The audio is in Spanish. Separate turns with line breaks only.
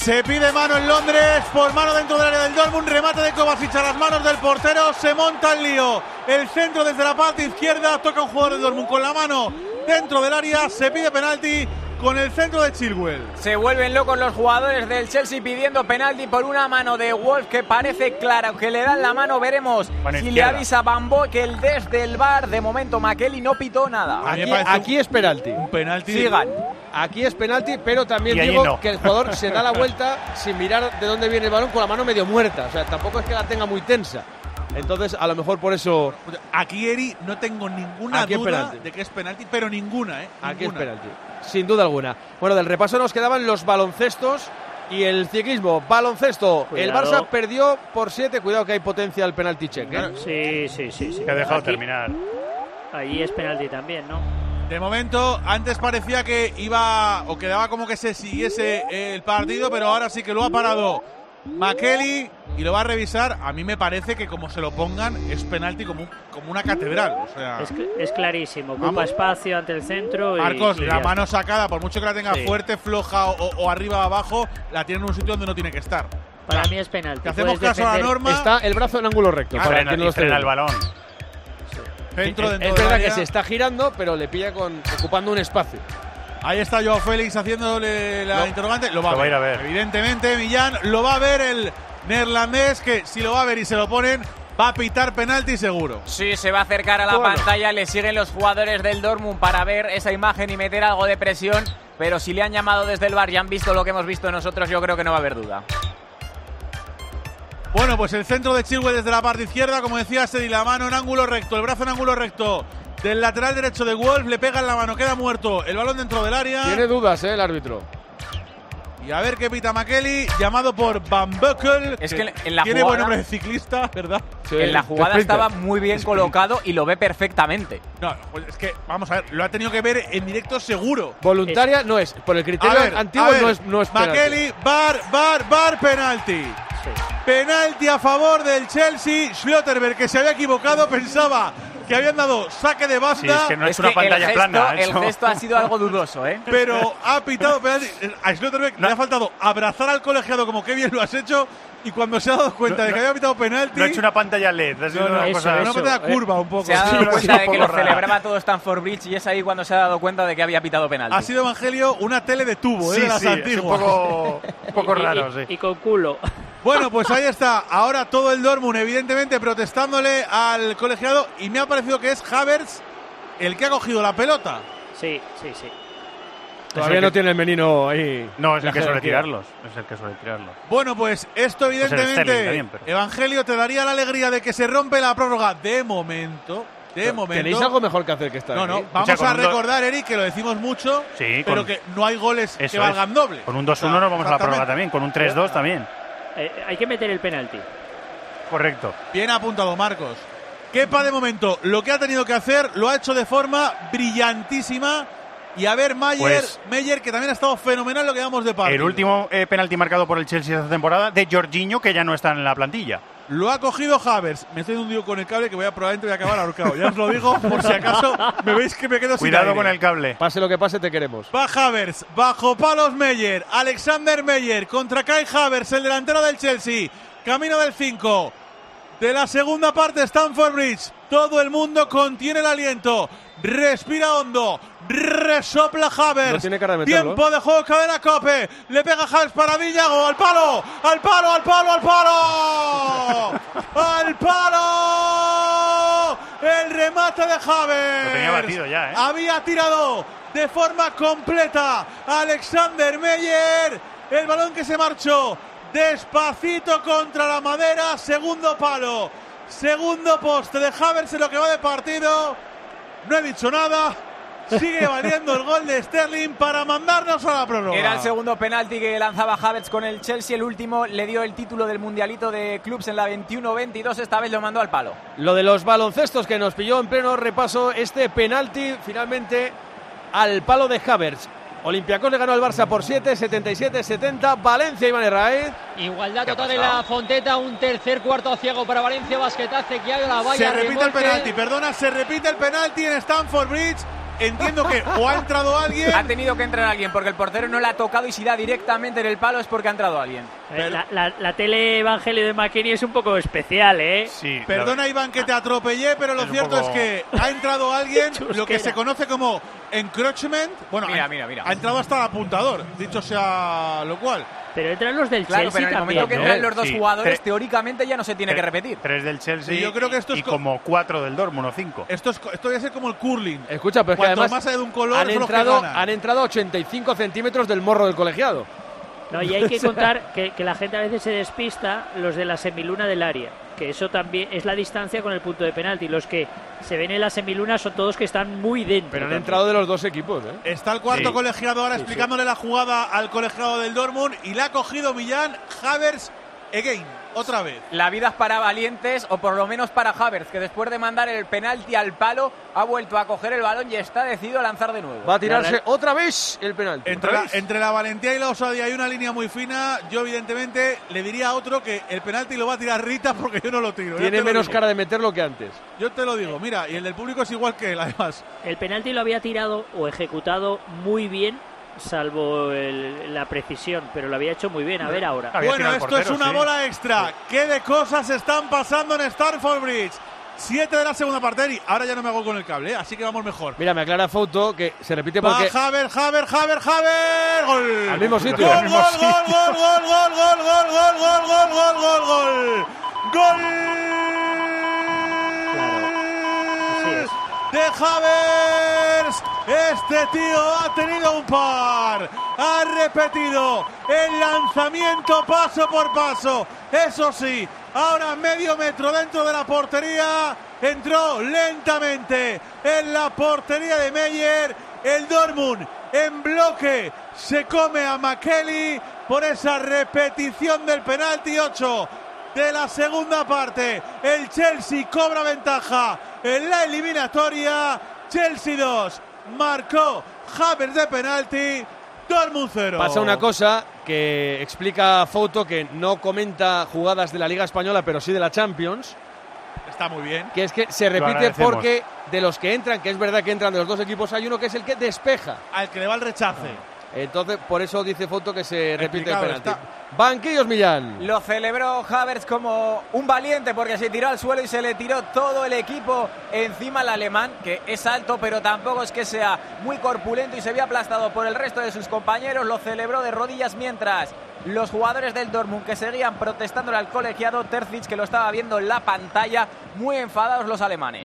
Se pide mano en Londres, por mano dentro del área del Dortmund, remate de Kovacic a las manos del portero, se monta el lío. El centro desde la parte izquierda, toca un jugador del Dortmund con la mano dentro del área, se pide penalti con el centro de Chilwell.
Se vuelven locos los jugadores del Chelsea pidiendo penalti por una mano de Wolf que parece clara, aunque le dan la mano, veremos
Mano
si le
izquierda.
avisa Van Boekel desde el bar. De momento, Makeli no pitó nada.
Aquí,
me parece
aquí es penalti.
Un penalti.
Sigan.
Aquí es penalti, pero también
Y allí
digo
no.
que el jugador se da la vuelta sin mirar de dónde viene el balón con la mano medio muerta. O sea, tampoco es que la tenga muy tensa. Entonces, a lo mejor por eso
Aquí, Eri, no tengo ninguna
Aquí es
duda
penalti.
de que es penalti, pero ninguna, ¿eh?
aquí es
Ninguna.
penalti. Sin duda alguna. Bueno, del repaso nos quedaban los baloncestos y el ciclismo. Baloncesto. El
Cuidado.
Barça perdió por 7. Cuidado que hay potencia al penalti check. ¿eh?
Sí, sí, sí. sí.
Te ha dejado
Aquí-
terminar.
Allí es penalti también, ¿no?
De momento, antes parecía que iba o quedaba como que se siguiese el partido, pero ahora sí que lo ha parado Makeli y lo va a revisar. A mí me parece que como se lo pongan es penalti como, un- como una catedral. O sea,
Es, cl- es clarísimo. Ocupa
Ah. Vamos.
espacio ante el centro. y-
Marcos,
y ya
la
está.
mano sacada, por mucho que la tenga
Sí.
fuerte, floja o, o arriba o abajo, la tiene en un sitio donde no tiene que estar.
Para mí es penalti.
Que hacemos
Puedes
caso a la
defender-
norma,
Está el brazo en ángulo recto.
Y
Ah,
para
frena,
que no
y
los
frena el
tenga.
balón.
centro
Es-
dentro
es
del
verdad que
área.
se está girando, pero le pilla con, ocupando un espacio.
Ahí está Joao Félix haciéndole la
No.
interrogante. Lo va,
Lo
a, ver. Evidentemente, Millán lo va a ver el neerlandés, que si lo va a ver y se lo ponen, va a pitar penalti seguro.
Sí, se va a acercar a la pantalla, le siguen los jugadores del Dortmund para ver esa imagen y meter algo de presión. Pero si le han llamado desde el bar y han visto lo que hemos visto nosotros, yo creo que no va a haber duda.
Bueno, pues el centro de Chilwell desde la parte izquierda, como decía Sedi, la mano en ángulo recto, el brazo en ángulo recto del lateral derecho de Wolf, le pega en la mano, queda muerto, el balón dentro del área.
Tiene dudas, ¿eh? El árbitro.
Y a ver qué pita Makeli, llamado por Van Buckel.
Es que en la
tiene
jugada-
buen nombre de ciclista, ¿verdad?
Sí,
en la
te
jugada
explica.
estaba muy bien colocado y lo ve perfectamente.
No, pues es que, vamos a ver, lo ha tenido que ver en directo seguro.
Voluntaria no es. Por el criterio antiguo
Eh. a ver,
no es, no es penalti.
Makeli, bar, bar, bar, penalti.
Sí.
Penalti a favor del Chelsea. Schlotterberg, que se había equivocado, pensaba que habían dado saque de banda.
Sí, es que no es,
Es
una
que el
pantalla
gesto-
plana.
El
eso.
gesto ha sido algo dudoso, ¿eh?
Pero ha pitado penalti. A Schlotterbeck
No.
le ha faltado abrazar al colegiado como qué bien lo has hecho. Y cuando se ha dado cuenta de
No,
que
no.
había pitado penalti,
No ha hecho una pantalla LED. Ha sido
no,
una
eso,
cosa-
una patada
eh.
curva un poco.
Se ha
Pues Sí,
dado
pero
una-
es
cuenta
un
de que
poco
lo
raro.
celebraba todo Stanford Bridge y es ahí cuando se ha dado cuenta de que había pitado penalti.
ha sido Evangelio una tele de tubo, eh,
Sí,
de las
sí, es un
antiguas.
poco, un poco
Y- y-
raro,
y
sí.
con culo.
Bueno, pues ahí está. Ahora todo el Dortmund, evidentemente, protestándole al colegiado. Y me ha parecido que es Havertz el que ha cogido la pelota.
Sí, sí, sí.
Todavía
Es el
no
que-
tiene el menino ahí.
No, es
la
el que suele
jerarquía.
tirarlos. Es el que suele tirarlos.
Bueno, pues esto,
el
evidentemente,
Sterling también, pero-
Evangelio, te daría la alegría de que se rompe la prórroga de momento. De
¿Tenéis
momento.
algo mejor que hacer que estar
no,
aquí?
no. Vamos
con
a
un do-
recordar, Eric, que lo decimos mucho,
Sí,
pero
con-
que no hay goles que
Eso es.
valgan doble.
Con un
O
2-1
sea,
nos vamos a la prórroga
exactamente.
también. Con un 3-2 también.
Eh, hay que meter el penalti.
Correcto.
Bien apuntado, Marcos. Kepa de momento, lo que ha tenido que hacer, lo ha hecho de forma brillantísima. Y a ver, Mayer,
Pues-
Meyer, que también ha estado fenomenal lo que damos de parte.
El último eh, penalti marcado por el Chelsea esta temporada de Jorginho, que ya no está en la plantilla.
Lo ha cogido Havers. Me estoy hundido con el cable que voy a probablemente voy a acabar ahorcado. Ya os lo digo, por si acaso me veis que me quedo sin
Cuidado
aire.
con el cable.
Pase lo que pase, te queremos.
Va Havers, bajo palos Meyer, Alexander Meyer contra Kai Havers, el delantero del Chelsea, camino del 5. De la segunda parte, Stanford Bridge, todo el mundo contiene el aliento, respira hondo, resopla Havers.
No tiene cara de meterlo.
Tiempo de juego, cadena Cope, le pega Havers para Villago, al palo, al palo, al palo, al palo, al palo. El remate de Havers.
Lo tenía batido ya, ¿eh?
Había tirado de forma completa Alexander Meyer. El balón que se marchó despacito contra la madera. Segundo palo. Segundo poste de Havertz en lo que va de partido. No he dicho nada. Sigue valiendo el gol de Sterling para mandarnos a la prórroga.
Era el segundo penalti que lanzaba Havertz con el Chelsea. El último le dio el título del Mundialito de Clubs en la 21-22. Esta vez lo mandó al palo.
Lo de los baloncestos que nos pilló en pleno repaso este penalti finalmente al palo de Havertz. Olympiacos le ganó al Barça por 7, 77-70. Valencia y Raed.
Igualdad
¿Qué ha
total en
pasado?
la Fonteta, un tercer cuarto ciego para Valencia Basquetace que hay la valla.
¿eh?
se repite el penalti, perdona, se repite el penalti en Stanford Bridge. entiendo que o ha entrado alguien.
Ha tenido que entrar alguien porque el portero no la ha tocado y si da directamente en el palo es porque ha entrado alguien.
Pero-
La, la- la tele Evangelio de Maquini es un poco especial, ¿eh?
Sí,
Perdona, Iván, que te atropellé, pero lo
Es un
cierto
poco-
es que ha entrado alguien, lo que
Chusquera.
se conoce como encroachment. Bueno,
Mira,
ha-
mira, mira.
ha entrado hasta el apuntador, dicho sea lo cual.
Pero entran los del
Claro,
Chelsea
pero en el
también.
momento que
¿no?
entran los dos
Sí.
jugadores,
Tre-
teóricamente ya no se tiene que repetir.
Tres del Chelsea
Sí, yo creo que esto es
y
co- Eh,
como cuatro del Dortmund o cinco.
Esto, es, co- esto debe ser como el curling.
Escucha, pero es que
Cuanto
además
más hay de un color,
han,
son los que
entrado,
ganan.
han entrado a 85 centímetros del morro del colegiado.
No, y hay que contar que, que la gente a veces se despista los de la semiluna del área, que eso también es la distancia con el punto de penalti. Los que se ven en la semiluna son todos que están muy dentro.
Pero han
también.
entrado de los dos equipos, ¿eh?
Está el cuarto
Sí.
colegiado ahora explicándole la jugada al colegiado del Dortmund y la ha cogido Millán Havers again, otra vez.
La vida es para valientes, o por lo menos para Havertz, que después de mandar el penalti al palo, ha vuelto a coger el balón y está decidido a lanzar de nuevo.
Va a tirarse otra vez el penalti.
Entre
Otra
la,
vez.
entre la valentía y la osadía hay una línea muy fina. Yo, evidentemente, le diría a otro que el penalti lo va a tirar Rita porque yo no lo tiro. ya te
Tiene
lo
menos
digo.
cara de meterlo que antes.
Yo te lo digo, mira, y el del público es igual que él, además.
Ah,
El penalti lo había tirado o ejecutado muy bien, salvo el- la precisión, pero lo había hecho muy bien. A ver ahora.
Había
bueno,
tirado el
esto es
portero,
una
sí.
bola extra. ¿Qué de cosas están pasando en Starfall Bridge? Siete de la segunda parte y ahora ya no me hago con el cable, ¿eh? así que vamos mejor.
Mira, me aclara foto que se repite
Va
porque
Haber, Haber, Haber, Haber. Gol.
Al mismo sitio.
Gol, gol,
Al mismo
gol,
sitio.
gol, gol, gol, gol, gol, gol, gol, gol, gol, gol, gol.
Así
Gol
es.
de Havers. Este tío ha tenido un par. Ha repetido el lanzamiento paso por paso. Eso sí, ahora medio metro dentro de la portería. Entró lentamente en la portería de Meyer. El Dortmund en bloque se come a McKelly por esa repetición del penalti 8 de la segunda parte. El Chelsea cobra ventaja en la eliminatoria. Chelsea 2, marcó Havertz de penalti, Dortmund 0.
pasa una cosa que explica foto que no comenta jugadas de la Liga Española, pero sí de la Champions,
Está muy bien.
que es que se repite
agradecemos.
porque de los que entran, que es verdad que entran de los dos equipos, hay uno que es el que despeja.
Al que le va el rechace.
Entonces, por eso dice foto que se repite el
Explicado
penalti. Banquillos Millán.
Lo celebró Havertz como un valiente porque se tiró al suelo y se le tiró todo el equipo encima al alemán, que es alto pero tampoco es que sea muy corpulento y se vio aplastado por el resto de sus compañeros. Lo celebró de rodillas mientras los jugadores del Dortmund que seguían protestándole al colegiado Terzic que lo estaba viendo en la pantalla, muy enfadados los alemanes.